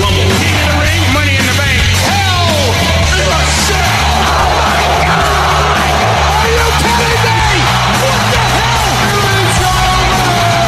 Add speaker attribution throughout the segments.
Speaker 1: Rumble.
Speaker 2: King of the Ring, Money in the Bank.
Speaker 3: Hell in a Cell. Oh my God! Are you kidding me? What the hell? It's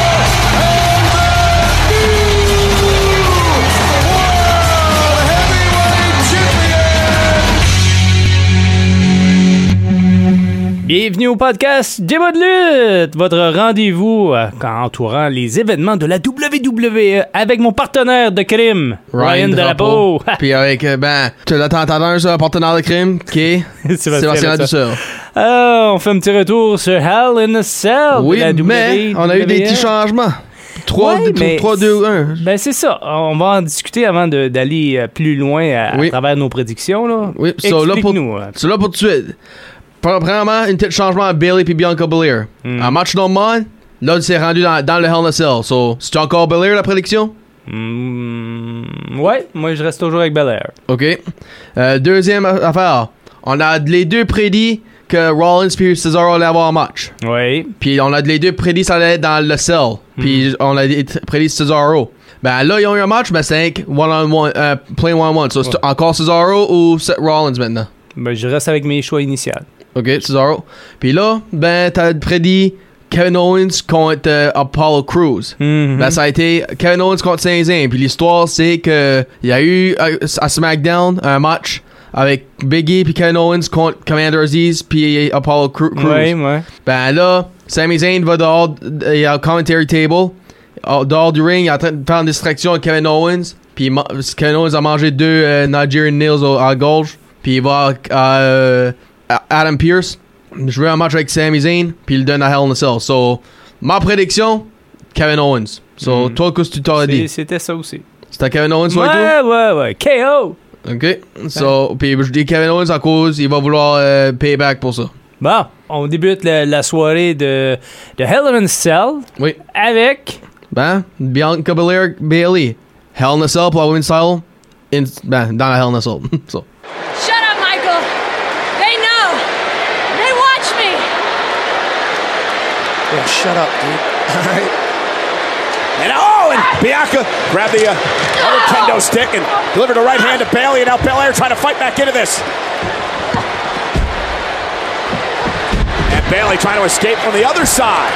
Speaker 4: Bienvenue au podcast Des mots de lutte, votre rendez-vous euh, entourant les événements de la WWE avec mon partenaire de crime, Ryan, Drapeau.
Speaker 5: Puis avec, euh, ben, tu l'as entendu, ça, partenaire de crime, qui est Sébastien Dusseur.
Speaker 4: Euh, on fait un petit retour sur Hell in a Cell.
Speaker 5: Oui,
Speaker 4: de Oh, la E.
Speaker 5: mais
Speaker 4: WWE.
Speaker 5: on a eu des petits changements. 3,
Speaker 4: Ouais, mais
Speaker 5: 2, 1.
Speaker 4: Ben c'est ça, on va en discuter avant de- d'aller euh, plus loin à, à
Speaker 5: Oui.
Speaker 4: travers nos prédictions. Là.
Speaker 5: Oui, pis ça, là, pour-
Speaker 4: Explique-nous. euh.
Speaker 5: C'est là pour tout de suite. Premièrement, un petit changement à Bailey puis Bianca Belair.
Speaker 4: Hmm.
Speaker 5: En match normal, là, c'est rendu dans, dans le Hell in a Cell. So, c'est encore Belair la prédiction?
Speaker 4: Mm, ouais, moi je reste toujours avec Belair.
Speaker 5: OK. Euh, deuxième a- affaire. On a les deux prédits que Rollins puis Cesaro allaient avoir en match.
Speaker 4: Oui.
Speaker 5: Puis on a les deux prédits ça allait être dans le cell.
Speaker 4: Hmm.
Speaker 5: Puis on a des t- prédits Cesaro. Ben là, ils ont eu un match, ben c'est un one-on-one, euh, play one-on-one. So, c'est
Speaker 4: Ouais.
Speaker 5: encore Cesaro ou Seth Rollins maintenant?
Speaker 4: Ben je reste avec mes choix initiaux.
Speaker 5: OK, Cesaro. Puis là, ben, t'as prédit Kevin Owens contre euh, Apollo Crews.
Speaker 4: Mhm.
Speaker 5: Ben, ça a été Kevin Owens contre Sami Zayn. Puis l'histoire, c'est que il y a eu euh, à SmackDown un match avec Biggie puis Kevin Owens contre Commander Aziz puis Apollo Cru- Crews.
Speaker 4: Ouais, ouais.
Speaker 5: Ben là, Uh, Sami Zayn va dehors, euh, il est au commentary table, Uh, au- dehors du ring, il est en train de faire une distraction avec Kevin Owens. Puis il ma- Kevin Owens a mangé deux euh, Nigerian Nails au- à la gorge. Puis il va à euh, à Adam Pierce jouer un match avec Sami Zayn, puis il le donne à Hell in a Cell. So, ma prédiction, Kevin Owens. So,
Speaker 4: Mm.
Speaker 5: toi, qu'est-ce que tu t'aurais
Speaker 4: C'est-
Speaker 5: dit?
Speaker 4: C'était ça aussi.
Speaker 5: C'était Kevin Owens,
Speaker 4: Ouais,
Speaker 5: ouais, toi?
Speaker 4: ouais, ouais. KO!
Speaker 5: Ok. So, puis je dis Kevin Owens à cause, il va vouloir euh, payback pour ça.
Speaker 4: Bon, on débute la, la soirée de, de Hell in a Cell
Speaker 5: Oui.
Speaker 4: avec.
Speaker 5: Ben, Bianca Belair, Bailey, E. Hell in a Cell pour la Women's title, in, ben, dans la Hell in a Cell. so.
Speaker 6: Shut up, Michael. They know. They watch me.
Speaker 3: Yeah, shut up, dude. All right. And oh, and Bianca grabbed the uh, other kendo stick and delivered a right hand to Bailey, and now Belair trying to fight back into this. And Bailey trying to escape from the other side.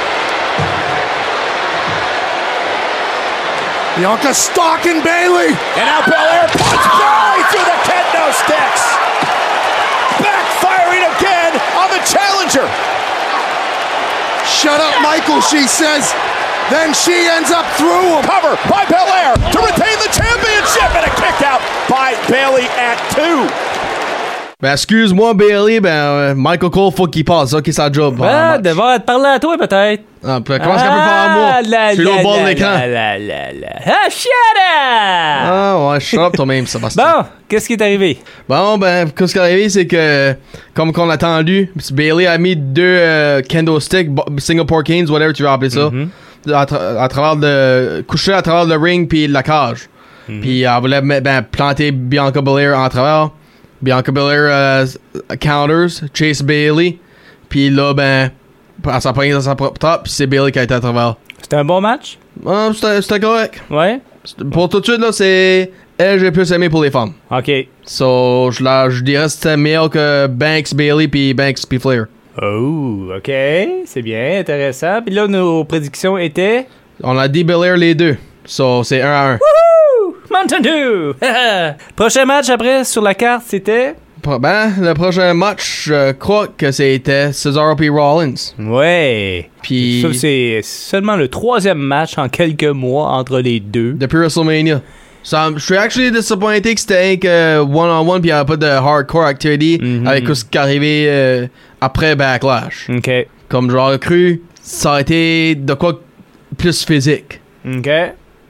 Speaker 3: Bianca stalking Bailey, and now Belair punches Bailey through the kendo sticks. Backfiring again on the challenger. Shut up, Michael, she says. Then she ends up through him. Cover by Belair to retain the championship and a kick out by Bailey at two.
Speaker 5: Ben, excuse-moi, Bailey, ben, euh, Michael Cole, faut qu'il passe, ok, sa job. pendant
Speaker 4: Ah,
Speaker 5: le match.
Speaker 4: devoir te parler à toi peut-être.
Speaker 5: Ah, ben, comment est-ce qu'elle peut faire à
Speaker 4: Ah,
Speaker 5: moi?
Speaker 4: la,
Speaker 5: Je suis là
Speaker 4: la,
Speaker 5: au bord de
Speaker 4: la, la,
Speaker 5: l'écran.
Speaker 4: la, la, la. Ah, shut up!
Speaker 5: Ah, ouais, shut up toi-même, Sébastien.
Speaker 4: Bon, qu'est-ce qui est arrivé?
Speaker 5: Bon, ben, qu'est-ce qui est arrivé, c'est que, comme qu'on l'a attendu, Bailey a mis deux euh, kendo sticks, bo- Singapore Kings, whatever tu veux appeler ça, à, tra- à travers le. couché à travers le ring puis la cage. Puis elle voulait me- ben, planter Bianca Belair en travers. Bianca Belair euh, counters, chase Bailey. Puis là, ben, elle s'en pogne dans sa propre top, puis c'est Bailey qui a été à travers.
Speaker 4: C'était un bon match?
Speaker 5: Ah, c'était c'était correct.
Speaker 4: Ouais?
Speaker 5: C'était- Pour tout de suite, là, c'est. Elle, j'ai plus aimé pour les femmes.
Speaker 4: Ok.
Speaker 5: So, je, la, je dirais que c'était meilleur que Banks, Bailey, puis Banks, puis Flair.
Speaker 4: Oh, ok. C'est bien, intéressant. Puis là, nos prédictions étaient.
Speaker 5: On a dit Belair les deux. So, c'est un à un.
Speaker 4: Ouh, Mountain Dew! Prochain match après sur la carte, c'était.
Speaker 5: Pro- Ben, le prochain match, je crois que c'était Cesaro puis Rollins.
Speaker 4: Ouais.
Speaker 5: Puis,
Speaker 4: Ça, c'est seulement le troisième match en quelques mois entre les deux.
Speaker 5: depuis WrestleMania. So, I'm- je suis actually disappointed que c'était un que one-on-one, puis il n'y avait pas de hardcore activity
Speaker 4: Mhm.
Speaker 5: avec tout ce qui est arrivé euh, après Backlash.
Speaker 4: OK.
Speaker 5: Comme j'aurais cru, ça a été de quoi plus physique.
Speaker 4: OK.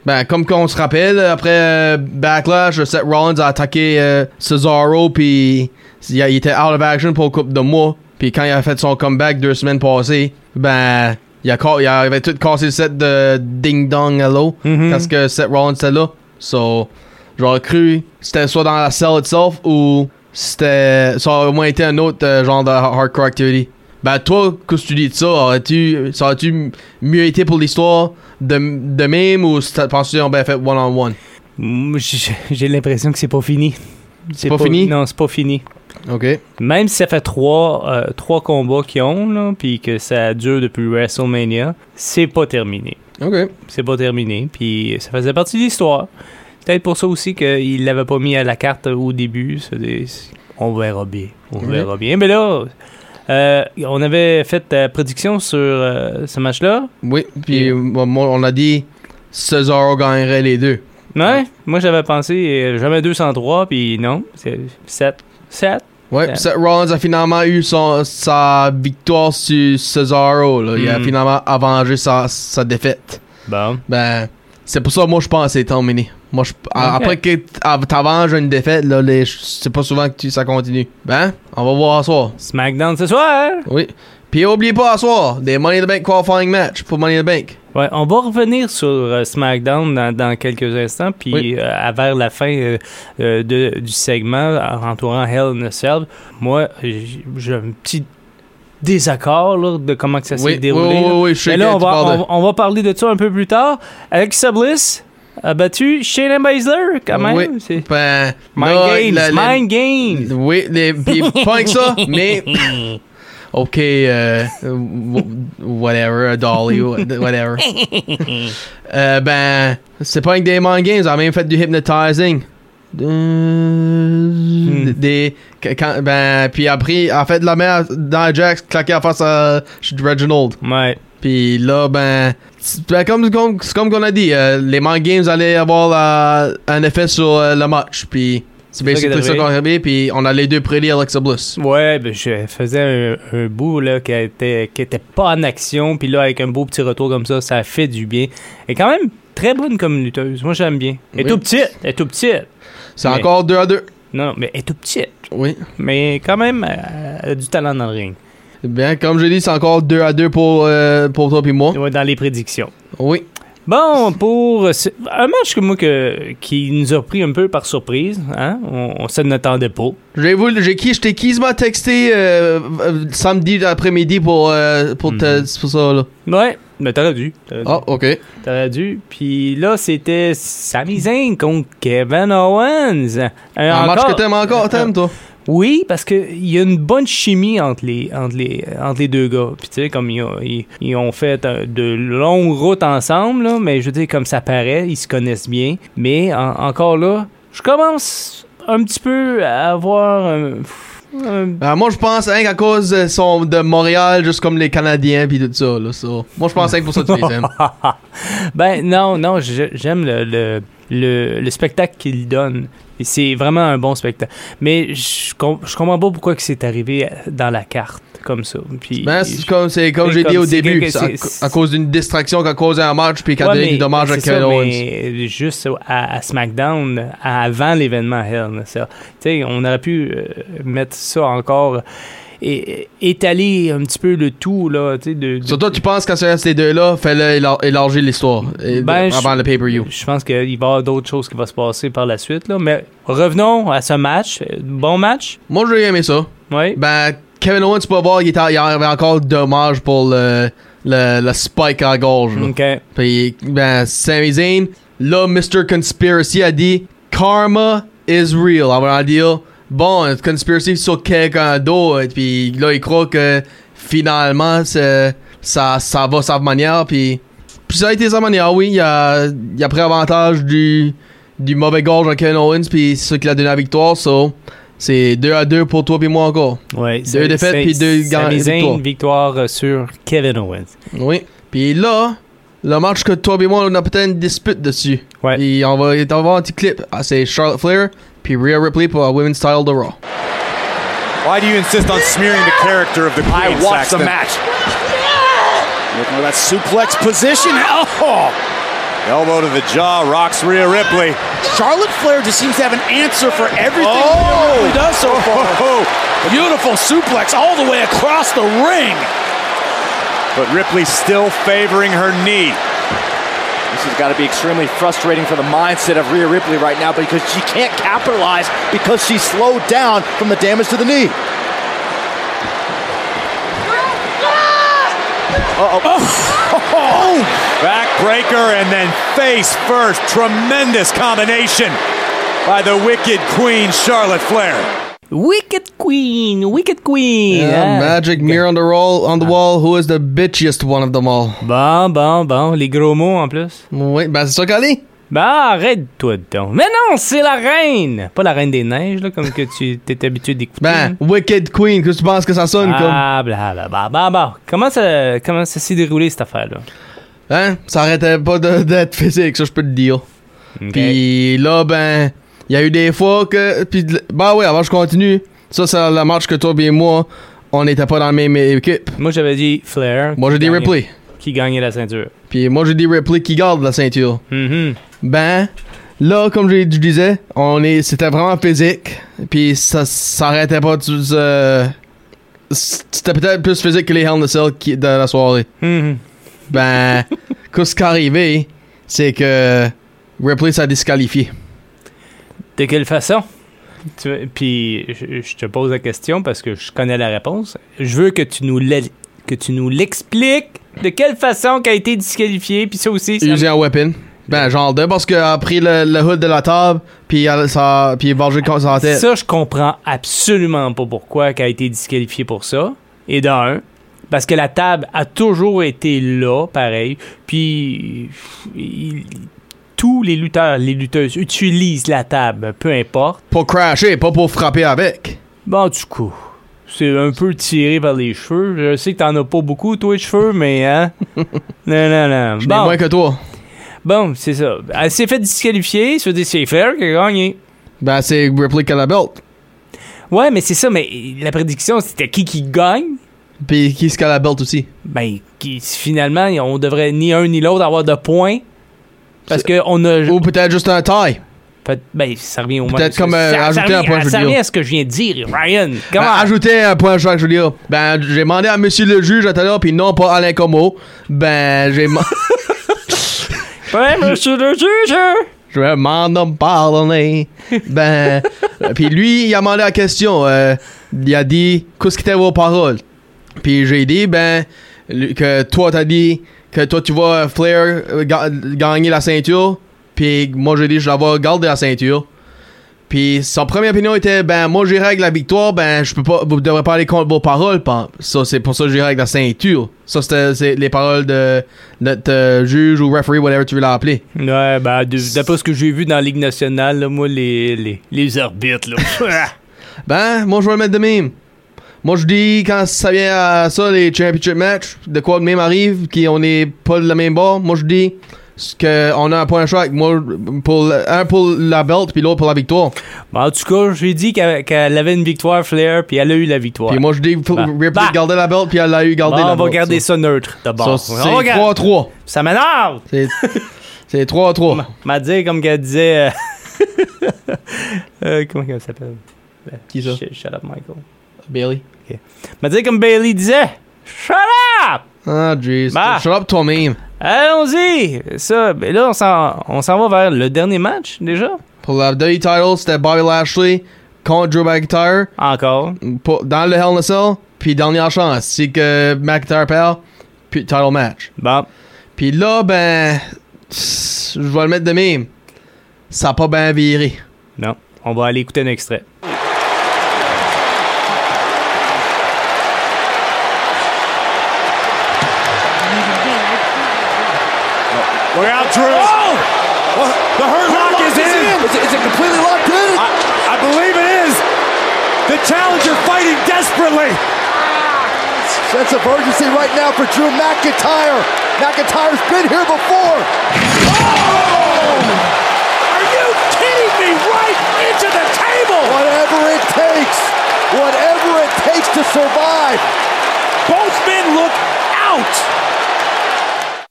Speaker 5: Ben, comme qu'on se rappelle, après euh, Backlash, Seth Rollins a attaqué euh, Cesaro, puis il, a- il était out of action pour le couple de mois. Puis quand il a fait son comeback deux semaines passées, ben, il, a, ca- il avait tout cassé le set de Ding Dong à l'eau
Speaker 4: Mhm.
Speaker 5: parce que Seth Rollins était là. So, j'aurais cru c'était soit dans la cell itself ou c'était. Ça aurait au moins été un autre euh, genre de ha- hardcore activity. Ben, toi, qu'est-ce que tu dis de ça? Aurais-tu, ça aurait-tu mieux été pour l'histoire de, de même ou c'était- penses-tu qu'ils ont bien fait one-on-one?
Speaker 4: Mm, j- J'ai l'impression que c'est pas fini. C'est
Speaker 5: pas fini?
Speaker 4: Non, c'est pas fini.
Speaker 5: Ok.
Speaker 4: Même si ça fait trois, euh, trois combats qu'ils ont, là, puis que ça dure depuis WrestleMania, c'est pas terminé.
Speaker 5: Ok.
Speaker 4: C'est pas terminé. Puis ça faisait partie de l'histoire. Peut-être pour ça aussi qu'ils l'avaient pas mis à la carte au début. ça, des- On verra bien. On
Speaker 5: Ouais.
Speaker 4: verra bien. Mais là, euh, on avait fait la prédiction sur euh, ce match-là.
Speaker 5: Oui, puis euh, moi, moi, on a dit Cesaro gagnerait les deux.
Speaker 4: Ouais, moi j'avais pensé euh, jamais 203, puis non, c'est 7. 7.
Speaker 5: Ouais,
Speaker 4: Ouais.
Speaker 5: Seth Rollins a finalement eu son, sa victoire sur Cesaro. là. Il a
Speaker 4: Mm.
Speaker 5: finalement avengé sa, sa défaite.
Speaker 4: Bon.
Speaker 5: Ben, c'est pour ça moi je pense que c'est terminé. Moi, je, a-
Speaker 4: Ok.
Speaker 5: Après que t- av- t'avenges une défaite, là, les- c'est pas souvent que tu- ça continue. Ben, on va voir à soir.
Speaker 4: SmackDown ce soir!
Speaker 5: Oui. Puis oublie pas à soir, des Money in the Bank qualifying match pour Money in the Bank.
Speaker 4: Ouais, on va revenir sur euh, SmackDown dans, dans quelques instants, puis
Speaker 5: Oui.
Speaker 4: euh, à vers la fin euh, euh, de- du segment en- entourant Hell in a Cell. Moi, j'ai j'ai un petit désaccord là, de comment que ça s'est
Speaker 5: oui, oui,
Speaker 4: déroulé.
Speaker 5: oui,
Speaker 4: là.
Speaker 5: oui, je sais
Speaker 4: Mais
Speaker 5: que
Speaker 4: là, on
Speaker 5: tu
Speaker 4: va,
Speaker 5: parles de-
Speaker 4: on, on va parler de ça un peu plus tard. Alexa Bliss a battu Shayna Baszler quand Ah, même.
Speaker 5: Oui.
Speaker 4: C'est-
Speaker 5: Ben,
Speaker 4: Mind
Speaker 5: là,
Speaker 4: games,
Speaker 5: la- la-
Speaker 4: mind games.
Speaker 5: Oui, les, pis pas que ça, mais. Ok, euh, w- whatever, Dolly, wha- whatever. Euh, ben, c'est pas que des mind games, on a même fait du hypnotizing. Euh, Des. que- Quand, ben, puis après, elle a fait de la merde dans Jax, claqué en face à Reginald.
Speaker 4: Ouais.
Speaker 5: Puis là, ben, c'est ben, comme, comme, c'est comme qu'on a dit, euh, les Man Games allaient avoir la- un effet sur euh, le match. Puis c'est
Speaker 4: C'est ça qui est
Speaker 5: basically ça
Speaker 4: arrivé.
Speaker 5: qu'on a arrivé. Puis on a les deux prédits Alexa Bliss.
Speaker 4: Ouais, ben, je faisais un, un bout là, qui était, qui était pas en action, puis là, avec un beau petit retour comme ça, ça fait du bien. Et quand même, très bonne comme lutteuse. Moi, j'aime bien. Elle est
Speaker 5: Oui.
Speaker 4: tout petite, elle est tout petite.
Speaker 5: C'est
Speaker 4: Mais-
Speaker 5: encore 2 à 2.
Speaker 4: Non, non, mais elle est tout petite.
Speaker 5: Oui.
Speaker 4: Mais quand même, elle a du talent dans le ring.
Speaker 5: Bien, comme je dis, c'est encore 2 à 2 pour, euh, pour toi puis moi.
Speaker 4: Ouais, Dans les prédictions.
Speaker 5: Oui.
Speaker 4: Bon, pour ce- un match que moi, que, qui nous a pris un peu par surprise, hein? on, on s'en attendait pas.
Speaker 5: J'ai voulu- j'ai qui, je t'ai quasiment texté euh, euh, samedi après-midi pour, euh, pour,
Speaker 4: Hmm.
Speaker 5: te- pour ça là.
Speaker 4: Ouais, mais t'aurais dû. T'aurais dû.
Speaker 5: Ah, ok.
Speaker 4: T'aurais dû. Puis là, c'était Sami Zayn contre Kevin Owens. Euh,
Speaker 5: Un match
Speaker 4: encore-
Speaker 5: que t'aimes hein? encore, t'aimes toi.
Speaker 4: Oui, parce qu'il y a une bonne chimie entre les, entre les, entre les deux gars. Puis tu sais, comme ils ont, ils, ils ont fait euh, de longues routes ensemble, là, mais je veux dire, comme ça paraît, ils se connaissent bien. Mais en- encore là, je commence un petit peu à avoir un- un
Speaker 5: Euh, moi, je pense hein, qu'à cause euh, sont de Montréal, juste comme les Canadiens puis tout ça. Là, so. Moi, je pense hein, que pour ça tu les aimes.
Speaker 4: ben non, non, je- j'aime le, le, le, le spectacle qu'il donne. Et C'est vraiment un bon spectacle. Mais je, com- je comprends pas pourquoi que c'est arrivé dans la carte comme ça. Puis,
Speaker 5: Ben, c'est comme, c'est comme
Speaker 4: c'est
Speaker 5: j'ai dit
Speaker 4: comme-
Speaker 5: au
Speaker 4: c'est
Speaker 5: début,
Speaker 4: que-
Speaker 5: c'est à,
Speaker 4: c'est-
Speaker 5: à cause d'une distraction qu'à cause d'un match puis qu'à
Speaker 4: Ouais,
Speaker 5: donné
Speaker 4: mais-
Speaker 5: du dommage à
Speaker 4: c'est ça,
Speaker 5: Kevin Owens.
Speaker 4: mais juste à, à SmackDown, à- avant l'événement Hell in a Cell. Tu sais, on aurait pu euh, mettre ça encore et et étaler un petit peu le tout là, tu sais, de, de-
Speaker 5: Sur toi, tu penses qu'à ce- ces deux-là, fallait élar- élargir l'histoire et-
Speaker 4: Ben, je-
Speaker 5: avant le pay-per-view.
Speaker 4: Je pense qu'il va y avoir d'autres choses qui vont se passer par la suite. Là. Mais revenons à ce match. Euh, Bon match.
Speaker 5: Moi, j'ai aimé ça.
Speaker 4: Oui.
Speaker 5: Ben, Kevin Owens, tu peux voir, il, était, il y avait encore dommage pour le, le, le spike à la gorge. là.
Speaker 4: OK.
Speaker 5: Puis, ben, Sami Zayn, là, Mr. Conspiracy a dit Karma is real. On va dire, bon, conspiracy sur quelqu'un d'autre. Puis là, il croit que finalement, c'est- ça, ça va sa manière. Puis, puis ça a été sa manière, oui. Il a, il a pris avantage du, du mauvais gorge à Kevin Owens. Puis c'est ça qui l'a donné la victoire. So, c'est 2 à 2 pour toi et moi encore.
Speaker 4: Ouais,
Speaker 5: Deux défaites puis deux gagn- victoires.
Speaker 4: une victoire euh, sur Kevin Owens.
Speaker 5: Oui. Puis là, le match que toi et moi, on a peut-être une dispute dessus.
Speaker 4: Ouais.
Speaker 5: Puis on va y avoir un petit clip. Ah, C'est Charlotte Flair, puis Rhea Ripley pour la Women's Title de Raw.
Speaker 1: Why do you insist on smearing the character of the queen,
Speaker 3: I watched
Speaker 1: Saxton?
Speaker 3: the match. Looking at that suplex position. Oh!
Speaker 1: Elbow to the jaw, rocks Rhea Ripley.
Speaker 3: Charlotte Flair just seems to have an answer for everything
Speaker 1: Oh!
Speaker 3: Rhea Ripley does so far.
Speaker 1: Oh,
Speaker 3: Beautiful suplex all the way across the ring.
Speaker 1: but Ripley still favoring her knee.
Speaker 7: This has got to be extremely frustrating for the mindset of Rhea Ripley right now because she can't capitalize because she's slowed down from the damage to the knee.
Speaker 1: Backbreaker and then face first. Tremendous combination by the Wicked Queen Charlotte Flair.
Speaker 4: Wicked Queen, Wicked Queen.
Speaker 5: Yeah,
Speaker 4: Ah.
Speaker 5: magic mirror on the roll on the wall. Who is the bitchiest one of them all?
Speaker 4: Bon, bon, bon, les gros mots en plus.
Speaker 5: Oui, ben c'est ça qu'elle
Speaker 4: Bah, arrête-toi donc. Mais non, c'est la reine. Pas la reine des neiges, là, comme que tu t'es habitué d'écouter.
Speaker 5: Ben, Wicked Queen, qu'est-ce que tu penses que ça sonne comme?
Speaker 4: Mm. Ah, bla, bla, bla, bla, bla. Comment ça, comment ça s'est déroulé, cette affaire-là?
Speaker 5: Hein? Ça arrêtait pas de- d'être physique, ça je peux te dire.
Speaker 4: Ok.
Speaker 5: Puis là, ben, il y a eu des fois que. Puis, de- bah ouais, avant que je continue, ça, c'est la match que toi et moi, on n'était pas dans la même équipe.
Speaker 4: Moi, j'avais dit Flair.
Speaker 5: Moi, j'ai
Speaker 4: qui
Speaker 5: dit
Speaker 4: gagnait-
Speaker 5: Ripley.
Speaker 4: Qui gagnait la ceinture.
Speaker 5: Puis moi, j'ai dit Ripley qui garde la ceinture.
Speaker 4: Mhm.
Speaker 5: Ben, là, comme je, je disais, on est, c'était vraiment physique. Puis ça s'arrêtait pas. Tu, euh, c'était peut-être plus physique que les Hell in a Cell qui- de la soirée.
Speaker 4: Mhm.
Speaker 5: Ben, qu'est-ce qui est arrivé, c'est que Ripley s'est disqualifié.
Speaker 4: De quelle façon? Tu veux- Puis je, je te pose la question parce que je connais la réponse. Je veux que tu nous l'e- que tu nous l'expliques de quelle façon qu'a été disqualifié. Puis ça aussi, ça me-
Speaker 5: Usé un weapon. Ben, genre deux, parce qu'elle a pris le, le hood de la table, puis elle, ça, puis elle a vengé contre sa tête.
Speaker 4: ça je comprends absolument pas pourquoi qu'a été disqualifié pour ça. Et d'un, parce que la table a toujours été là, pareil. Puis il- tous les lutteurs, les lutteuses utilisent la table, peu importe.
Speaker 5: Pour crasher, pas pour frapper avec.
Speaker 4: Bon, du coup, c'est un peu tiré par les cheveux. Je sais que t'en as pas beaucoup, toi, de cheveux, mais hein. non, non, non.
Speaker 5: Je n'ai
Speaker 4: Bon,
Speaker 5: moins que toi.
Speaker 4: bon c'est ça. Elle s'est fait disqualifier, ça veut dire que c'est Flair qui a gagné.
Speaker 5: Ben, c'est Ripley qui a la belt.
Speaker 4: Ouais, mais c'est ça, mais la prédiction, c'était qui qui gagne?
Speaker 5: Puis qui est-ce qui a la belt aussi?
Speaker 4: Ben, qui, finalement, on devrait ni un ni l'autre avoir de points. Parce que on a.
Speaker 5: Ou peut-être juste un tie.
Speaker 4: Peut- ben, ça revient au même.
Speaker 5: Peut-être comme,
Speaker 4: ça-
Speaker 5: euh,
Speaker 4: ça
Speaker 5: ajouter un
Speaker 4: revient-
Speaker 5: point, je veux
Speaker 4: Ça
Speaker 5: dire.
Speaker 4: revient à ce que je viens de dire, Ryan. Comment?
Speaker 5: Ben, ajoutez un point chaque, je veux dire. Ben, j'ai demandé à monsieur le juge à tout à l'heure, puis non, pas Alain Como. Ben, j'ai. ma-
Speaker 4: Ouais, monsieur le juge! hein?
Speaker 5: je vais m'en nomme pardonner. Ben. euh, puis lui, il a demandé la question. euh, il a dit, qu'est-ce qui était vos paroles? Puis j'ai dit, ben, lui- que toi, t'as dit que toi, tu vois Flair euh, ga- gagner la ceinture. Puis moi, j'ai dit, je la vois garder la ceinture. Puis son première opinion était, ben, moi, j'irai avec la victoire. Ben, je peux pas, vous devrez pas aller contre vos paroles. pas- Ça, c'est pour ça que j'irai avec la ceinture. Ça, c'était c'est les paroles de notre euh, juge ou referee, whatever tu veux l'appeler.
Speaker 4: Ouais, ben, de- d'après ce que j'ai vu dans la Ligue nationale, là, moi, les, les, les arbitres, là.
Speaker 5: Ben, moi je vais le mettre de même. Moi je dis quand ça vient à ça, les championship match, de quoi de même arrive, qui on est pas de la même bord, moi je dis que on a un point chaque, moi pour un pour la belt puis l'autre pour la victoire.
Speaker 4: Ben, en tout cas, j'ai dit qu'elle qu'elle avait une victoire, Flair, puis elle a eu la victoire.
Speaker 5: Puis moi je dis faut-
Speaker 4: Bah.
Speaker 5: Ripley
Speaker 4: Bah.
Speaker 5: garder la belt puis elle a eu
Speaker 4: Bon,
Speaker 5: gardé la
Speaker 4: on va
Speaker 5: belt.
Speaker 4: garder
Speaker 5: ça.
Speaker 4: ça neutre, d'abord.
Speaker 5: Ça,
Speaker 4: On
Speaker 5: c'est
Speaker 4: regarde-
Speaker 5: 3-3.
Speaker 4: Ça m'énerve!
Speaker 5: C'est c'est 3-3.
Speaker 4: M'a dit, comme qu'elle disait... euh, euh, comment qu'elle s'appelle? Euh,
Speaker 5: Qui ça?
Speaker 4: Shut, shut up, Michael.
Speaker 5: Bailey.
Speaker 4: M'a dit, comme Bailey disait... Shut up!
Speaker 5: Ah jeez.
Speaker 4: Bah.
Speaker 5: Shut up toi-même
Speaker 4: Allons-y! Ça, ben là, on s'en on s'en va vers le dernier match, déjà?
Speaker 5: pour la WWE title, c'était Bobby Lashley contre Drew McIntyre.
Speaker 4: Encore.
Speaker 5: pour- dans le Hell in a Cell, puis dernière chance, c'est que McIntyre perd, puis title match.
Speaker 4: Bon.
Speaker 5: Puis là, ben, je vais le mettre de même. Ça a pas bien viré.
Speaker 4: Non. On va aller écouter un extrait.
Speaker 3: Look out, Drew. Well, the Hurt Lock Oh! is in.
Speaker 7: Is it, is it completely locked in?
Speaker 3: I, I believe it is. The challenger fighting desperately.
Speaker 7: Sense of urgency right now for Drew McIntyre. McIntyre's been here before.
Speaker 3: Are you kidding me? Right into the table.
Speaker 7: Whatever it takes. Whatever it takes to survive.
Speaker 3: Both men look out.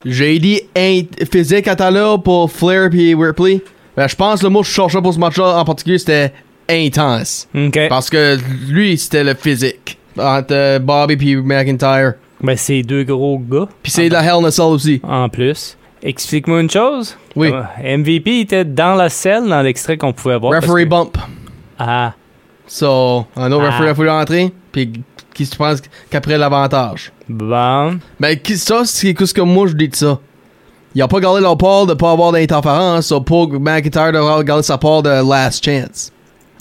Speaker 5: J'ai dit int- physique à tout à l'heure pour Flair puis Ripley. Ben, je pense que le mot que je cherchais pour ce match-là en particulier, c'était intense.
Speaker 4: OK.
Speaker 5: Parce que lui, c'était le physique. Entre euh, Bobby puis McIntyre.
Speaker 4: Ben, Ah. c'est deux gros gars.
Speaker 5: Puis c'est de la Hell in a Cell aussi.
Speaker 4: en plus. Explique-moi une chose.
Speaker 5: Oui.
Speaker 4: Euh, MVP était dans la selle dans l'extrait qu'on pouvait voir. parce
Speaker 5: referee
Speaker 4: que-
Speaker 5: bump.
Speaker 4: Ah,
Speaker 5: So, un autre
Speaker 4: Ah.
Speaker 5: referee a voulu entrer, puis qui se pense qu'après l'avantage.
Speaker 4: bon.
Speaker 5: Ben, qui- ça, c'est que ce que moi je dis de ça. Ils ont pas gardé leur part de pas avoir d'interférence, so Paul McIntyre devra garder sa part de last chance.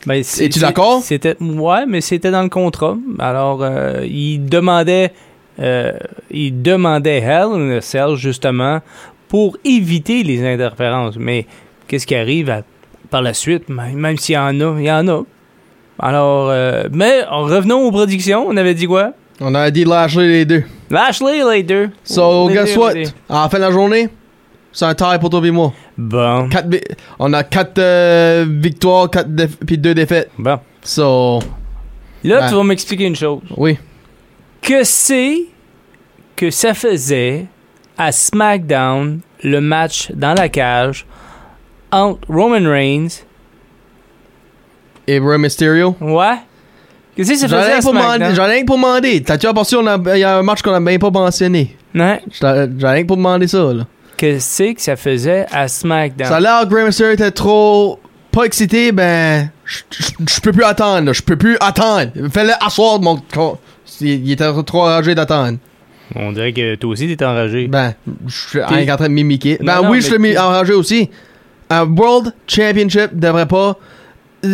Speaker 4: Ben, c'est-
Speaker 5: Es-tu
Speaker 4: c'est-
Speaker 5: d'accord?
Speaker 4: C'était ouais, mais c'était dans le contrat. Alors, euh, il demandait, euh, il demandait Hell in a Cell justement pour éviter les interférences. Mais qu'est-ce qui arrive à- par la suite, même même s'il y en a, il y en a. Alors, euh, mais revenons aux prédictions. On avait dit quoi?
Speaker 5: On a dit lâcher les deux.
Speaker 4: Lashley, les deux.
Speaker 5: So,
Speaker 4: Les
Speaker 5: guess
Speaker 4: deux,
Speaker 5: what?
Speaker 4: les deux.
Speaker 5: À la fin de la journée, c'est un tie pour toi et moi.
Speaker 4: Bon,
Speaker 5: Quatre vi- on a 4 victoires, 4 puis 2 défaites.
Speaker 4: bon.
Speaker 5: So,
Speaker 4: Là,
Speaker 5: Ben.
Speaker 4: tu vas m'expliquer une chose.
Speaker 5: oui.
Speaker 4: que c'est que ça faisait à SmackDown le match dans la cage entre Roman Reigns.
Speaker 5: Et Rey Mysterio.
Speaker 4: Ouais. Qu'est-ce que ça
Speaker 5: J'en
Speaker 4: faisait
Speaker 5: ai
Speaker 4: à
Speaker 5: rien pour demander.
Speaker 4: SmackDown?
Speaker 5: J'en ai rien que pour demander. T'as-tu apporté, on a- il y a un match qu'on a même pas mentionné.
Speaker 4: Ouais.
Speaker 5: J'en j'en ai rien que pour demander ça, là.
Speaker 4: Qu'est-ce que c'est que ça faisait à SmackDown?
Speaker 5: Ça a l'air que Rey Mysterio était trop pas excité, ben. je- Je je peux plus attendre, là. Je peux plus attendre. Fais-le asseoir, mon. con. Il il était trop enragé d'attendre.
Speaker 4: On dirait que toi aussi t'es enragé.
Speaker 5: Ben, je suis rien en train de mimiquer. Ben
Speaker 4: Non, non,
Speaker 5: oui, je suis
Speaker 4: mais
Speaker 5: mi-
Speaker 4: t'es-
Speaker 5: enragé aussi. Un World Championship devrait pas.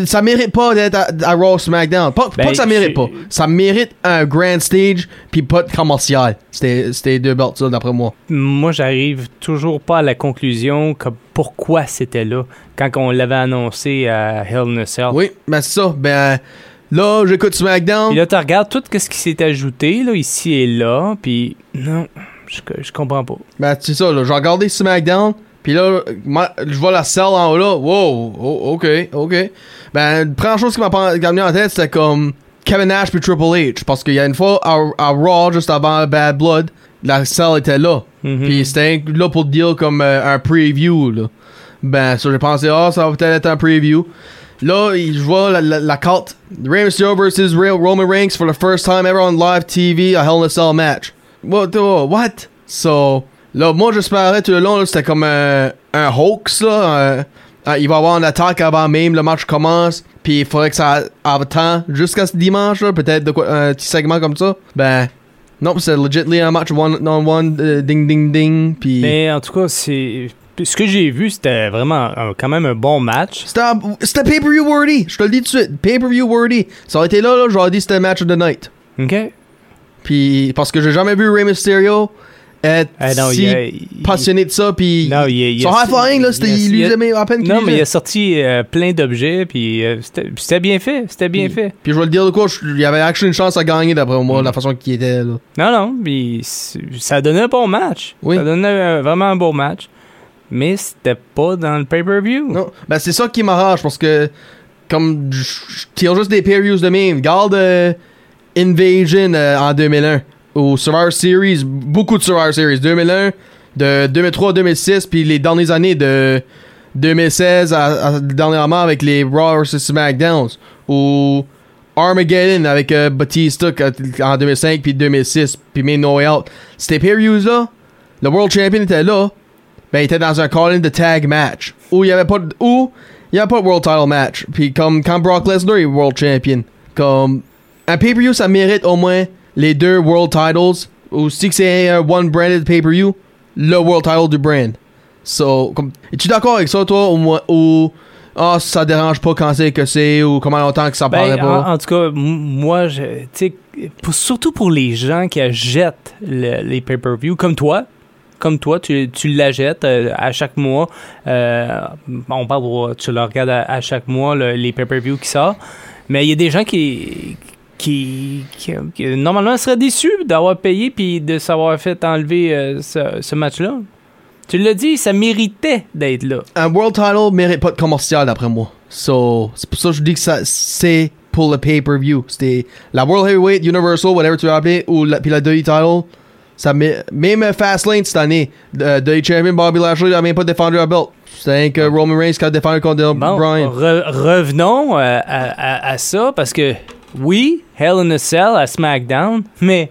Speaker 5: Ça mérite pas d'être à, à Raw SmackDown. Pas, pas
Speaker 4: Ben,
Speaker 5: que ça mérite
Speaker 4: je-
Speaker 5: pas. Ça mérite un grand stage puis pas de commercial. C'était c'était deux belts, ça, d'après moi.
Speaker 4: Moi, j'arrive toujours pas à la conclusion que pourquoi c'était là quand on l'avait annoncé à Hell in a Cell.
Speaker 5: Oui, ben c'est ça. Ben là, j'écoute SmackDown.
Speaker 4: Puis là, tu regardes tout ce qui s'est ajouté là, ici et là, puis non, je, je comprends pas.
Speaker 5: Ben c'est ça, là. J'ai regardé SmackDown. Puis là, ma- je vois la salle en haut là. Wow, oh, ok, ok. Ben, la première chose qui m'a pas- qui m'a venu en tête, c'était comme Kevin Nash puis Triple H. Parce qu'il y a une fois à, à Raw, juste avant Bad Blood, la salle était là.
Speaker 4: Mhm.
Speaker 5: Puis c'était là pour dire comme euh, un preview. Là. Ben, ça, j'ai pensé, ah, ça va peut-être être un preview. Là, il- je vois la, la, la carte. Rey Mysterio vs. Real Roman Reigns for the first time ever on live TV, a Hell in a Cell match. What? the- what? So, là, moi, j'espérais tout le long, là, c'était comme un, un hoax, là. un- un- il va y avoir une attaque avant même le match commence, puis il faudrait que ça attend jusqu'à ce dimanche, là, peut-être de quoi- un petit segment comme ça. Ben, non, c'est legitly un match one-on-one, euh, ding ding ding, puis...
Speaker 4: Mais en tout cas, c'est ce que j'ai vu, c'était vraiment un- quand même un bon match.
Speaker 5: C'était un- c'était pay-per-view worthy, je te le dis tout de suite, pay-per-view worthy. Ça aurait été là, là, j'aurais dit c'était match of the night.
Speaker 4: OK?
Speaker 5: Puis, parce que j'ai jamais vu Rey Mysterio être
Speaker 4: Ah non,
Speaker 5: si
Speaker 4: il a- il-
Speaker 5: passionné de ça, puis
Speaker 4: Non, il a- il a-
Speaker 5: son high-flying, là, c'était,
Speaker 4: il a-
Speaker 5: il lui
Speaker 4: il a-
Speaker 5: aimait à peine qu'il hein.
Speaker 4: Non,
Speaker 5: lui
Speaker 4: mais il
Speaker 5: faisait.
Speaker 4: a sorti euh, plein d'objets, puis euh, c'était c'était bien fait. C'était bien fait.
Speaker 5: Puis je vais le dire de quoi, je- il y avait actually une chance à gagner d'après moi, la façon qu'il était là.
Speaker 4: Non, non, puis c'est- ça donnait un bon match.
Speaker 5: Oui.
Speaker 4: Ça donnait euh, vraiment un bon match. Mais c'était pas dans le pay-per-view.
Speaker 5: Non, ben c'est ça qui m'arrache parce que comme je je tire juste des pay-per-views de même. Garde euh, Invasion euh, en 2001 ou Survivor Series, beaucoup de Survivor Series 2001, de 2003 à 2006 puis les dernières années de 2016 à, à- dernièrement avec les Raw vs SmackDowns ou Armageddon avec euh, Batista que- en 2005 puis 2006 puis même No Way Out. Ces pay-per-views là, le World Champion était là, ben, il était dans un call-in de tag match. Où il n'y avait pas de, où il y avait pas de World Title match. Puis comme quand Brock Lesnar est World Champion. Comme, un pay-per-view, ça mérite au moins les deux World Titles. Ou si que c'est un one-branded pay-per-view, le World Title du brand. So, comme, es-tu d'accord avec ça, toi, ou moi, ou, ah, ça dérange pas quand c'est que c'est, ou comment longtemps que ça
Speaker 4: Ben,
Speaker 5: paraît pas.
Speaker 4: en, en tout cas, m- moi, je, tu sais, pour- surtout pour les gens qui achètent le- les pay-per-view, comme toi, comme toi, tu, tu l'achètes euh, à chaque mois. euh, on parle, pour- tu le regardes à, à chaque mois, le- les pay-per-view qui sortent. Mais il y a des gens qui, qui, qui- qui, normalement seraient déçus d'avoir payé puis de s'avoir fait enlever euh, ce, ce match-là. Tu l'as dit, ça méritait d'être là.
Speaker 5: un world title mérite pas de commercial d'après moi. So, c'est pour ça que je dis que ça c'est pour le pay-per-view. C'était la World Heavyweight, Universal, whatever tu veux appeler, ou la, puis la WWE title. Ça mé- même euh, Fastlane cette année, euh, WWE Champion Bobby Lashley n'a même pas défendu la belt. C'était que Roman Reigns qui a défendu contre
Speaker 4: Bon,
Speaker 5: Brian.
Speaker 4: re- revenons euh, à, à- à ça parce que oui, Hell in a Cell à SmackDown, mais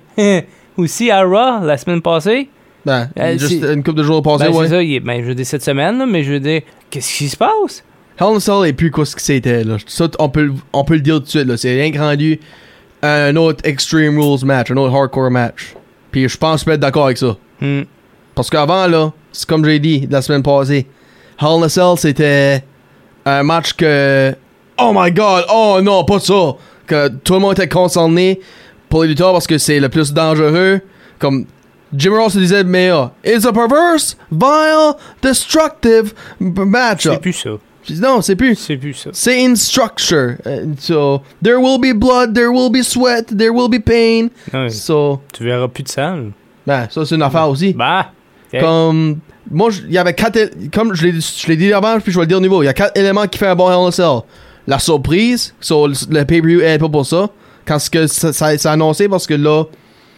Speaker 4: aussi à Raw la semaine passée,
Speaker 5: Ben,
Speaker 4: Euh,
Speaker 5: juste
Speaker 4: c'est-
Speaker 5: une couple de jours passés,
Speaker 4: Ben,
Speaker 5: ouais.
Speaker 4: c'est ça, il est- ben, je veux dire cette semaine, là, mais je veux dire, qu'est-ce qui se passe?
Speaker 5: Hell in a Cell est plus quoi ce que c'était, là. Ça, t- on peut, le- on peut le dire tout de suite, là. C'est rien que rendu à un autre Extreme Rules match, un autre Hardcore match. Puis je pense que je peux être d'accord avec ça.
Speaker 4: Hmm.
Speaker 5: Parce qu'avant, là, c'est comme j'ai dit la semaine passée, Hell in a Cell, c'était un match que. Oh my god, oh non, pas ça! Que tout le monde était concerné pour les lutteurs parce que c'est le plus dangereux. Comme Jim Ross le disait, mais ah, it's a perverse, vile, destructive match.
Speaker 4: C'est plus ça.
Speaker 5: Non, c'est plus.
Speaker 4: C'est plus ça.
Speaker 5: C'est in structure. Uh, so, there will be blood, there will be sweat, there will be pain.
Speaker 4: Ouais,
Speaker 5: So,
Speaker 4: Tu verras plus de sang. là.
Speaker 5: ben, ça, c'est une affaire aussi.
Speaker 4: Bah! ok.
Speaker 5: Comme. Euh, Moi, je- il y avait quatre. él- Comme je l'ai je l'ai dit avant, puis je vais le dire au niveau. Il y a quatre éléments qui font un bon Hell in a Cell. La surprise, so, le, le pay-per-view aide pas pour ça. Quand ce que ça, ça, c'est annoncé, parce que là,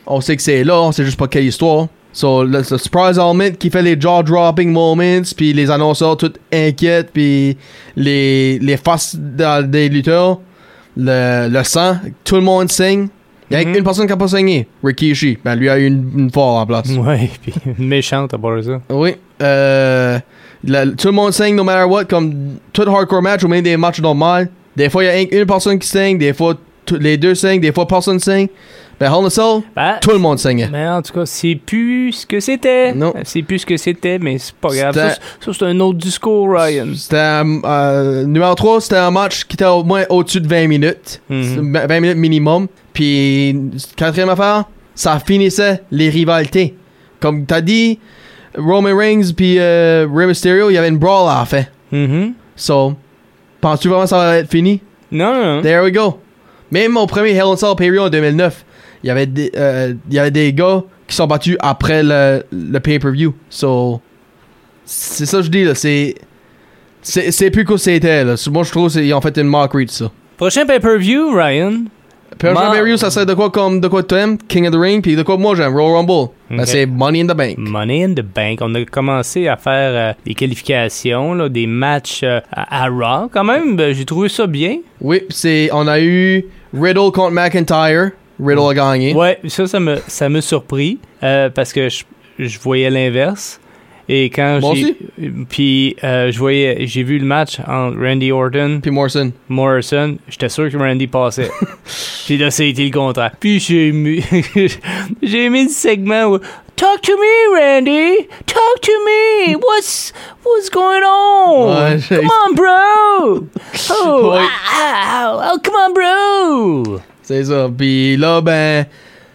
Speaker 5: on sait que c'est là, on sait juste pas quelle histoire. So, le, le surprise element qui fait les jaw-dropping moments, puis les annonceurs tout inquiètes, puis les, les faces dans- des lutteurs, le, le sang, tout le monde saigne. Il y a
Speaker 4: Mhm.
Speaker 5: une personne qui a pas saigné, Rikishi. Ben, lui a eu une, une foire en place.
Speaker 4: Ouais, puis une méchante à part ça.
Speaker 5: Oui. Euh, la- tout le monde saigne no matter what, comme tout hardcore match ou même des matchs normaux. Des fois, il y a un- une personne qui saigne, des fois, tout- les deux saignent, des fois, personne saigne. Ben, Hell in a Cell,
Speaker 4: Bah,
Speaker 5: tout le monde saignait.
Speaker 4: Mais en tout cas, c'est plus ce que c'était.
Speaker 5: Non.
Speaker 4: C'est plus ce que c'était, mais c'est pas grave. Ça,
Speaker 5: C'était-
Speaker 4: c'est- ça, c'est un autre discours, Ryan.
Speaker 5: C'était un- euh, numéro 3, c'était un match qui était au moins au-dessus de 20 minutes.
Speaker 4: Mhm.
Speaker 5: C'est 20 minutes minimum. Puis, quatrième affaire, ça finissait les rivalités. Comme t'as dit, Roman Reigns puis euh, Rey Mysterio, il y avait une brawl à la fin.
Speaker 4: Mhm.
Speaker 5: So, penses-tu vraiment que ça va être fini?
Speaker 4: Non, non, non.
Speaker 5: There we go. Même mon premier Hell in Cell pay-per-view en 2009, il y avait des, euh, il y avait des gars qui sont battus après le, le pay-per-view. So, c'est ça que je dis, là. C'est, c'est, c'est plus que c'était, là. Moi, je trouve qu'ils ont fait une mockery de ça.
Speaker 4: Prochain pay-per-view, Ryan.
Speaker 5: Puis le
Speaker 4: Ma-
Speaker 5: pay-per-view, ça serait de quoi comme de quoi tu aimes, King of the Ring, puis de quoi moi j'aime, Royal Rumble. Ben,
Speaker 4: Ok.
Speaker 5: c'est Money in the Bank.
Speaker 4: Money in the Bank. On a commencé à faire euh, des qualifications, là, des matchs euh, à, à Raw. Quand même, ben, j'ai trouvé ça bien.
Speaker 5: Oui, puis c'est, on a eu Riddle contre McIntyre. Riddle a gagné.
Speaker 4: Ouais, ça, ça me, ça me surpris euh, parce que je, je voyais l'inverse. Et quand
Speaker 5: Moi
Speaker 4: j'ai. Puis, euh, je voyais, j'ai vu le match entre Randy Orton
Speaker 5: Puis Morrison.
Speaker 4: Morrison, j'étais sûr que Randy passait. Puis là, ça a été le contraire. Puis j'ai mis, j'ai mis le segment où Talk to me, Randy! Talk to me! What's, what's going on?
Speaker 5: Ouais, j'ai-
Speaker 4: come on, bro! Oh,
Speaker 5: Ouais.
Speaker 4: ow, ow, oh, come on, bro!
Speaker 5: C'est ça. Puis là, ben,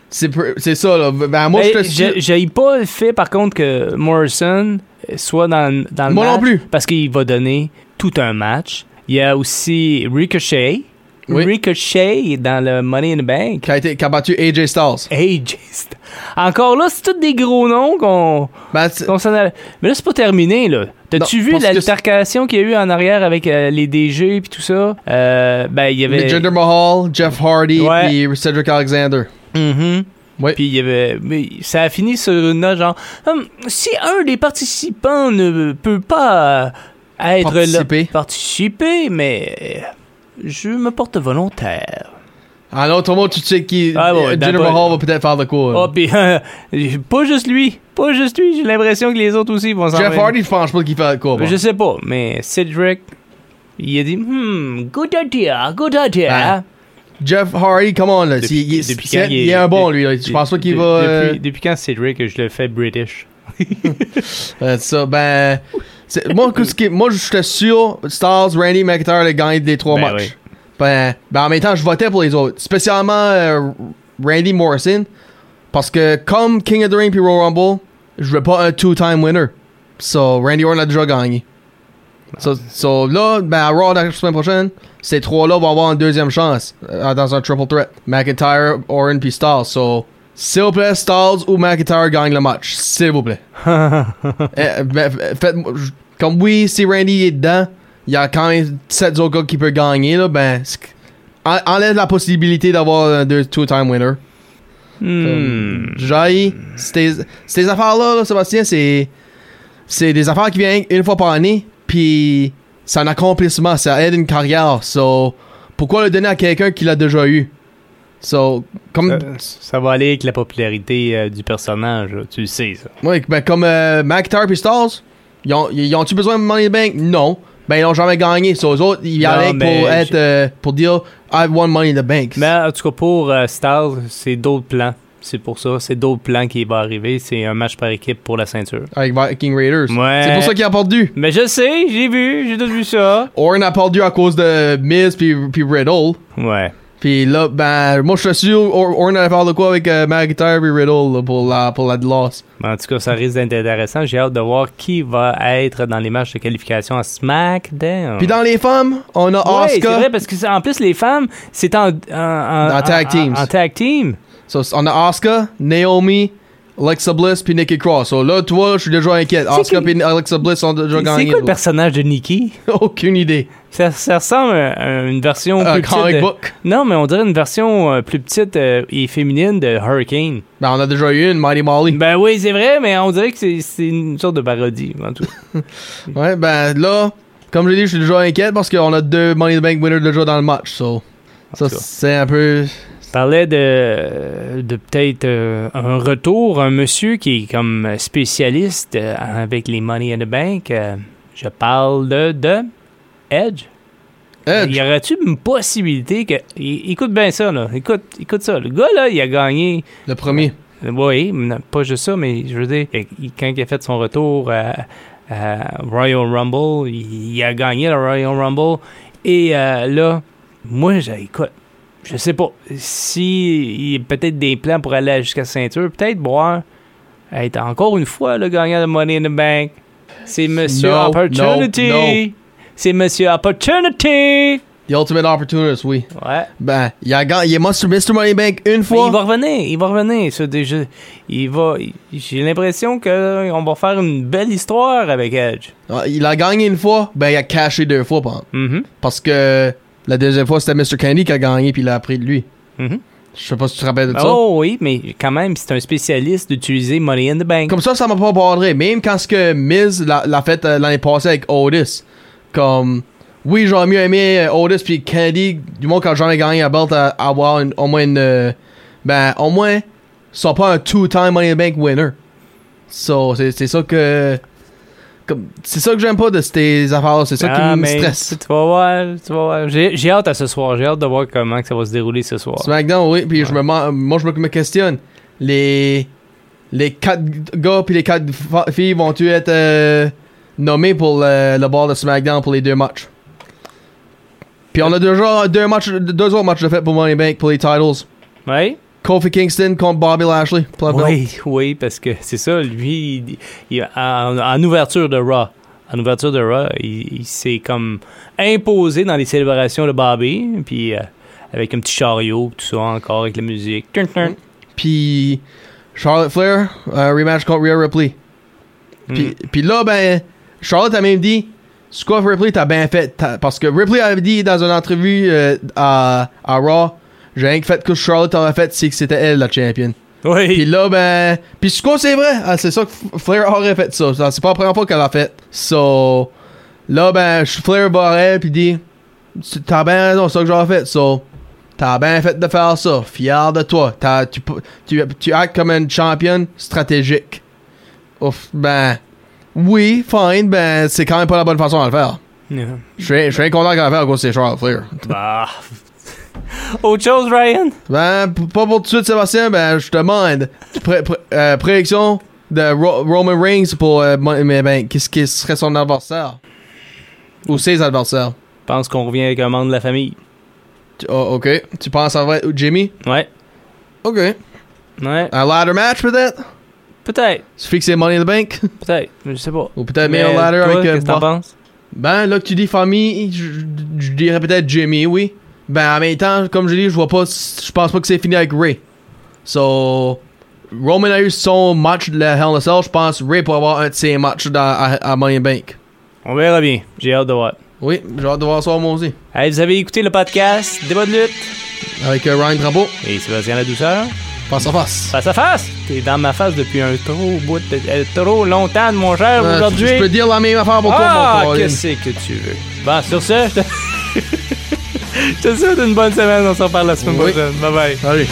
Speaker 5: c'est, pr- c'est ça, là. Ben, moi,
Speaker 4: Mais
Speaker 5: je te
Speaker 4: j'ai- j'ai pas le fait, par contre, que Morrison soit dans, dans le
Speaker 5: Moi non
Speaker 4: match,
Speaker 5: plus.
Speaker 4: Parce qu'il va donner tout un match. Il y a aussi Ricochet.
Speaker 5: Oui.
Speaker 4: Ricochet est dans le Money in the Bank.
Speaker 5: qui a, été, qui a battu AJ Styles.
Speaker 4: AJ Styles. Encore là, c'est tous des gros noms qu'on
Speaker 5: Ben, c'est-
Speaker 4: qu'on s'en allait. Mais là, c'est pas terminé, là. T'as-tu
Speaker 5: Non,
Speaker 4: vu
Speaker 5: parce que
Speaker 4: l'altercation qu'il y a eu en arrière avec euh, les DG puis tout ça? Euh, ben, il y avait.
Speaker 5: Jinder Mahal, Jeff Hardy,
Speaker 4: Ouais.
Speaker 5: puis Cedric Alexander.
Speaker 4: Mhm.
Speaker 5: Oui.
Speaker 4: Puis il y avait. mais ça a fini sur une note genre. Hum, si un des participants ne peut pas euh, être
Speaker 5: Participer.
Speaker 4: là. Participer, mais. euh, Je me porte volontaire.
Speaker 5: Ah non, tout le monde, tu sais qui.
Speaker 4: Ah ouais,
Speaker 5: Jinder
Speaker 4: d'accord.
Speaker 5: uh, Mahal va peut-être faire de quoi. là.
Speaker 4: Oh, puis, euh, pas juste lui. Pas juste lui. J'ai l'impression que les autres aussi vont s'en
Speaker 5: Jeff
Speaker 4: mêler.
Speaker 5: Hardy, je pense pas qu'il fait de quoi. bon.
Speaker 4: Je sais pas, mais Cedric, il a dit Hmm, good idea, good
Speaker 5: Ah,
Speaker 4: idea.
Speaker 5: Jeff Hardy, come on, là.
Speaker 4: Depuis-
Speaker 5: S'il- il,
Speaker 4: depuis
Speaker 5: s'il-
Speaker 4: quand il est-
Speaker 5: il est un bon,
Speaker 4: de-
Speaker 5: lui. Là. Je pense pas qu'il
Speaker 4: De-
Speaker 5: va. euh,
Speaker 4: Depuis, depuis quand Cedric, je le fais British
Speaker 5: euh, ça, ben. c'est- moi, qu'est-ce qui- moi, j'étais sûr, Styles, Randy, McIntyre allaient gagner les trois
Speaker 4: Ben
Speaker 5: matchs.
Speaker 4: oui.
Speaker 5: Ben, ben, en même temps, je votais pour les autres. Spécialement euh, Randy Morrison. Parce que comme King of the Ring puis Royal Rumble, je veux pas un two-time winner. So, Randy Orton a déjà gagné. So, so là, ben, à Raw la semaine prochaine, ces trois-là vont avoir une deuxième chance euh, dans un triple threat. McIntyre, Orton puis Styles. So, s'il vous plaît, Styles ou McIntyre gagne le match. S'il vous plaît. Eh, ben, faites- comme oui, si Randy est dedans, il y a quand même 7 autres gars qui peuvent gagner. Là, ben, c'est- en- enlève la possibilité d'avoir un deux- two-time winner.
Speaker 4: Hmm.
Speaker 5: J'ai ces ces affaires-là, là, Sébastien, c'est c'est des affaires qui viennent une fois par année, puis c'est un accomplissement, ça aide une carrière. So, pourquoi le donner à quelqu'un qui l'a déjà eu? So, comme,
Speaker 4: Ça va aller avec la popularité euh, du personnage, là, tu le sais, ça.
Speaker 5: ouais, ben, comme euh, McIntyre puis Styles, ils ont- ils ont-tu besoin de Money in the Bank? Non. Ben, ils n'ont jamais gagné. So, eux autres, ils
Speaker 4: Non,
Speaker 5: allaient
Speaker 4: mais
Speaker 5: pour être,
Speaker 4: j'ai-
Speaker 5: euh, pour dire, I won Money in the Bank.
Speaker 4: Mais en tout cas, pour euh, Styles, c'est d'autres plans. C'est pour ça, c'est d'autres plans qui va arriver. C'est un match par équipe pour la ceinture.
Speaker 5: Avec Viking Raiders.
Speaker 4: Ouais.
Speaker 5: C'est pour ça qu'ils apportent du.
Speaker 4: Mais Ben, je sais, j'ai vu, j'ai tout vu ça.
Speaker 5: Orin apporte du à cause de Miz puis, puis Riddle.
Speaker 4: Ouais.
Speaker 5: Puis là, ben, moi, je suis sûr, Or- Orton a parlé de quoi avec euh, McIntyre puis Riddle là, pour, la, pour la loss.
Speaker 4: Ben, En tout cas, ça risque d'être intéressant. J'ai hâte de voir qui va être dans les matchs de qualification à SmackDown.
Speaker 5: Puis dans les femmes, on a
Speaker 4: Ouais, c'est
Speaker 5: Asuka.
Speaker 4: vrai, parce que c'est- en plus, les femmes, c'est en, en, en-
Speaker 5: En tag
Speaker 4: en-
Speaker 5: teams.
Speaker 4: En, tag team.
Speaker 5: So, on a Asuka, Naomi, Alexa Bliss puis Nikki Cross. So là, tu vois, je suis déjà inquiète. Asuka
Speaker 4: qui-
Speaker 5: puis Alexa Bliss ont déjà
Speaker 4: C'est
Speaker 5: gagné.
Speaker 4: quoi le personnage de Nikki?
Speaker 5: Aucune idée.
Speaker 4: Ça, ça ressemble à- à une version
Speaker 5: Un
Speaker 4: plus petite.
Speaker 5: comic
Speaker 4: de-
Speaker 5: book.
Speaker 4: Non, mais on dirait une version euh, plus petite euh, et féminine de Hurricane.
Speaker 5: Ben, on a déjà eu une, Mighty Molly.
Speaker 4: Ben oui, c'est vrai, mais on dirait que c'est- c'est une sorte de parodie. En tout. cas.
Speaker 5: Ouais, ben là, comme je l'ai dit, je suis déjà inquiète parce qu'on a deux Money in the Bank winners déjà dans le match. So, ça,
Speaker 4: tout cas.
Speaker 5: c'est un peu.
Speaker 4: Je parlais de, de peut-être euh, un retour, un monsieur qui est comme spécialiste euh, avec les Money in the Bank. euh, je parle de, de Edge.
Speaker 5: Edge.
Speaker 4: Y aurait-tu une possibilité que. é- Écoute bien ça, là. Écoute, écoute ça. Le gars, là, il a gagné.
Speaker 5: Le premier.
Speaker 4: Oui, non, pas juste ça, mais je veux dire, il- quand il a fait son retour à, à Royal Rumble, il, il a gagné le Royal Rumble. Et euh, là, moi, j'ai- écoute, je sais pas. Si il y a peut-être des plans pour aller jusqu'à ceinture, peut-être boire, être encore une fois le gagnant de Money in the Bank. C'est Monsieur
Speaker 5: Non,
Speaker 4: Opportunity.
Speaker 5: non, non.
Speaker 4: C'est Monsieur Opportunity.
Speaker 5: The Ultimate Opportunist, oui.
Speaker 4: Ouais.
Speaker 5: Ben, il a gagné. Il est Monster- Mr. Money in the Bank une
Speaker 4: Mais
Speaker 5: fois.
Speaker 4: il va revenir, il va revenir. Ça, déjà, il va. J'ai l'impression qu'on va faire une belle histoire avec Edge.
Speaker 5: Ah, Il a gagné une fois, ben il a caché deux fois, par contre.
Speaker 4: Mhm.
Speaker 5: Parce que la deuxième fois, c'était Mr. Candy qui a gagné, puis il a appris de lui.
Speaker 4: Mhm.
Speaker 5: Je sais pas si tu te rappelles de ça.
Speaker 4: Oh oui, mais quand même, c'est un spécialiste d'utiliser Money in the Bank.
Speaker 5: Comme ça, ça m'a pas bordé. Même quand ce que Miz l'a l'a fait euh, l'année passée avec Otis. Comme, oui, j'aurais mieux aimé euh, Otis puis Candy, du moins quand j'aurais gagné la belt, à, à avoir une- au moins une. euh, ben, au moins, ils sont pas un two-time Money in the Bank winner. So, c'est c'est ça que. comme- C'est ça que j'aime pas de ces affaires-là. C'est ça
Speaker 4: Ah,
Speaker 5: qui me
Speaker 4: mais
Speaker 5: stresse.
Speaker 4: tu- Tu vas voir, tu vas voir. J'ai j'ai hâte à ce soir, j'ai hâte de voir comment que ça va se dérouler ce soir.
Speaker 5: SmackDown, oui. Puis je me, man- moi, je me- me questionne. Les, les quatre gars puis les quatre fa- filles vont-tu être euh, nommés pour le, le bord de SmackDown pour les deux matchs? Puis on a déjà deux, matchs, deux autres matchs de fait pour Money in the Bank pour les titles.
Speaker 4: Oui?
Speaker 5: Kofi Kingston contre Bobby Lashley. pour la belt.
Speaker 4: Oui, oui, parce que c'est ça, lui, il- il- en, en ouverture de Raw. En ouverture de Raw, il, il s'est comme imposé dans les célébrations de Bobby, puis euh, avec un petit chariot, tout ça encore avec la musique. Turn, turn.
Speaker 5: Puis Charlotte Flair, euh, rematch contre Rhea Ripley. Puis, puis là, ben, Charlotte a même dit Scott Ripley, t'as bien fait. T'as- Parce que Ripley avait dit dans une entrevue euh, à, à Raw J'ai rien que fait que Charlotte aurait fait, c'est que c'était elle la championne. Puis
Speaker 4: Oui,
Speaker 5: là, ben. Puis Scott, c'est vrai. Ah, c'est ça que F- Flair aurait fait ça. Ça, C'est pas la première fois qu'elle l'a fait. So. Là, ben, Ch- Flair va à elle, puis dit C'est- T'as bien raison, c'est ça que j'aurais fait. So. T'as bien fait de faire ça. Fier de toi. T'as- tu, p- tu, tu actes comme une championne stratégique. Ouf, ben. Oui, fine, ben, c'est quand même pas la bonne façon de le faire.
Speaker 4: Non.
Speaker 5: Je suis- je suis content qu'elle le fait à cause c'est Charles Flair.
Speaker 4: Bah. Autre chose, Ryan?
Speaker 5: Ben, p- pas pour tout de suite, Sébastien. Ben, je te demande. Pré- pré- euh, prédiction de Ro- Roman Reigns pour. euh, Money in the Bank. qu'est-ce qui serait son adversaire Ou ses adversaires
Speaker 4: Je pense qu'on revient avec un membre de la famille.
Speaker 5: Tu- oh, Ok. Tu penses ça va être Jimmy
Speaker 4: Ouais,
Speaker 5: Ok.
Speaker 4: ouais,
Speaker 5: Un ladder match, peut-être
Speaker 4: peut-être,
Speaker 5: Tu fixes les Money in the Bank
Speaker 4: peut-être, je sais pas.
Speaker 5: Ou peut-être meilleur
Speaker 4: Mais
Speaker 5: ladder
Speaker 4: toi,
Speaker 5: avec. euh,
Speaker 4: Qu'est-ce que t'en
Speaker 5: Bo-
Speaker 4: penses?
Speaker 5: ben, là que tu dis famille, je- je je dirais peut-être Jimmy, oui. Ben, en même temps, comme je dis, je vois pas. Je pense pas que c'est fini avec Ray. So. Roman a eu son match de la Hell in a Cell. Je pense Ray peut avoir un de ses matchs dans, à, à Money in the Bank.
Speaker 4: On verra bien, j'ai hâte de voir.
Speaker 5: Oui, j'ai hâte de voir ça moi aussi.
Speaker 4: Hey, vous avez écouté le podcast Débat de lutte
Speaker 5: Avec euh, Ryan Drapeau,
Speaker 4: et Sébastien La Douceur.
Speaker 5: face à face.
Speaker 4: Face à face! T'es dans ma face depuis un trop bout de, euh, trop longtemps de mon cher
Speaker 5: Euh,
Speaker 4: aujourd'hui.
Speaker 5: je peux dire la même affaire pour toi,
Speaker 4: ah,
Speaker 5: mon Colin.
Speaker 4: qu'est-ce que tu veux? Bon, sur ce, je te... Je te souhaite une bonne semaine. On se reparle la semaine
Speaker 5: Oui.
Speaker 4: prochaine. Bye bye.
Speaker 5: Allez.